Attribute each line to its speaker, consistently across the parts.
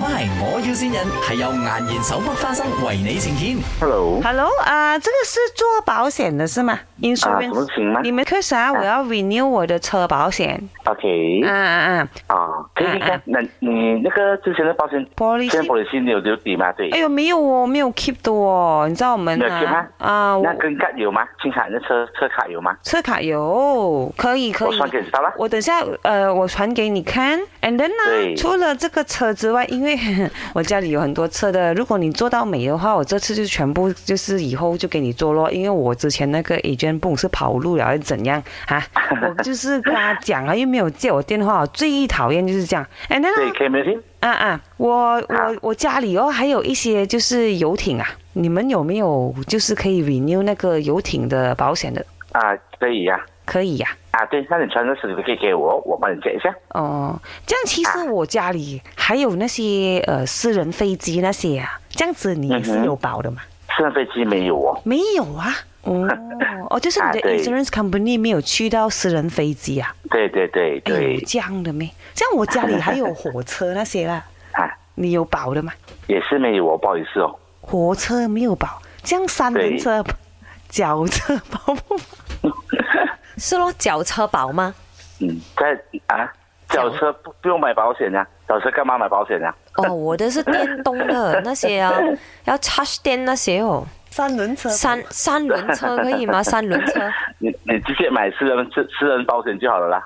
Speaker 1: MY，我要先人係由顏然手剝花生為你呈現。
Speaker 2: Hello，
Speaker 3: Hello，啊、这个是做保险的是吗
Speaker 2: 啊，什么
Speaker 3: ？Insurance，、
Speaker 2: 情吗
Speaker 3: 你们 c u s 啊，我要 renew 我的车保险。
Speaker 2: ？OK，
Speaker 3: 嗯嗯嗯，
Speaker 2: 啊，可以可以
Speaker 3: 嗯嗯
Speaker 2: 那你那个之前的保险，
Speaker 3: Policy
Speaker 2: 现在保险有有抵吗？对
Speaker 3: 哎，呦，没有哦，没有 keep 的哦，你知道我们
Speaker 2: 没有 keep
Speaker 3: 啊
Speaker 2: 吗
Speaker 3: 啊，我
Speaker 2: 那跟卡有吗？新卡的车车卡有吗？
Speaker 3: 车卡有，可以可
Speaker 2: 我
Speaker 3: 以。
Speaker 2: 算给你知道吧。
Speaker 3: 我等下，呃，我传给你看。And then 呢、
Speaker 2: 对
Speaker 3: 除了这个车之外，因为呃我家里有很多车的，如果你做到美的话，我这次就全部就是以后就给你做咯。因为我之前那个 agent 不懂是跑路了，还是怎样 啊？我就是跟他讲啊，又没有接我电话，我最讨厌就是这样。And then
Speaker 2: 对，
Speaker 3: 呢
Speaker 2: 可以没问题。
Speaker 3: 啊啊，我我我家里哦，还有一些就是游艇啊，你们有没有就是可以 renew 那个游艇的保险的？
Speaker 2: 啊，可以呀。
Speaker 3: 可以呀、
Speaker 2: 啊，对，那你穿的衣服可以给我，我帮你借一下。
Speaker 3: 哦，这样其实
Speaker 2: 啊
Speaker 3: 我家里还有那些呃私人飞机那些啊，这样子你也
Speaker 2: 嗯
Speaker 3: 是
Speaker 2: 哼
Speaker 3: 有保的嘛？
Speaker 2: 私人飞机没有哦。
Speaker 3: 没有 啊。哦，哦，就是你的
Speaker 2: 啊对
Speaker 3: insurance company 没有去到私人飞机啊？
Speaker 2: 对对对
Speaker 3: 哎有
Speaker 2: 对，
Speaker 3: 这样的咩？这样我家里还有火车那 些啦，
Speaker 2: 啊，
Speaker 3: 你有保的吗？
Speaker 2: 也是没有哦，不好意思哦。
Speaker 3: 火车没有保，这样三轮车、脚车保不保？
Speaker 4: 是咯，脚车保吗？
Speaker 2: 嗯，在啊，轿车不不用买保险呀、啊，轿车干嘛买保险啊呀、
Speaker 4: 哦，我的是电动的那些啊，要 charge 电那些哦。
Speaker 3: 三轮车保
Speaker 4: 三三轮车可以吗？三轮车
Speaker 2: 你你直接买私人私私人保险就好了啦。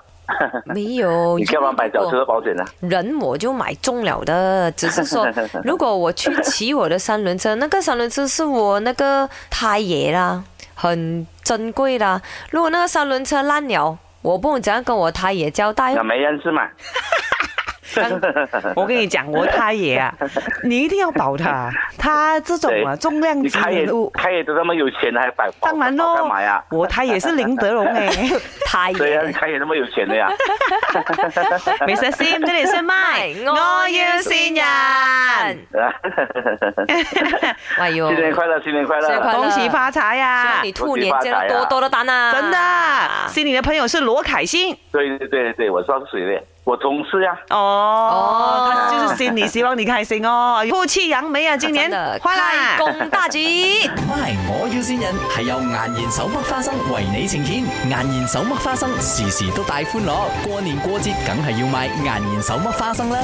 Speaker 4: 没有。
Speaker 2: 你干嘛买轿车的保险呢、
Speaker 4: 人我就买中了的，只是说如果我去骑我的三轮车，那个三轮车是我那个太爷啦，很珍贵啦。如果那个三轮车烂了，我不懂怎样跟我太爷交代
Speaker 2: 那
Speaker 4: 哦。
Speaker 2: 没人是嘛？
Speaker 3: 我跟你讲，我他爷 啊， 你一定要保他，他这种啊
Speaker 2: 对
Speaker 3: 重量
Speaker 2: 你
Speaker 3: 级
Speaker 2: 开也
Speaker 3: 人物。
Speaker 2: 开也都那么有钱了，还 摆保
Speaker 3: 当然
Speaker 2: 保
Speaker 3: 咯，
Speaker 2: 干嘛呀？
Speaker 3: 我他也是林德荣哎、
Speaker 4: 太
Speaker 2: 对呀、你
Speaker 4: 爷，
Speaker 2: 开也那么有钱的呀？
Speaker 3: 美食先，这里是 麦，我要先人，
Speaker 4: 哎呦，
Speaker 2: 新年快乐，新年快乐！
Speaker 4: 新年快乐
Speaker 3: 恭喜发财
Speaker 4: 希
Speaker 3: 呀、
Speaker 4: 望你兔年接到多多的单啊！
Speaker 3: 真的，心里的朋友是罗凯欣
Speaker 2: 对对对对，我知道是谁的，我同事呀、
Speaker 3: 哦，
Speaker 4: 哦
Speaker 3: 他就是心里希望你开心 哦，夫妻扬眉啊，今年
Speaker 4: 真的，
Speaker 3: 快
Speaker 4: 开
Speaker 3: 啦！
Speaker 4: 工大吉！
Speaker 1: MY，我要先人係由顏然手剝花生為你呈現。顏然手剝花生時時都帶歡樂，過年過節梗係要買顏然手剝花生啦。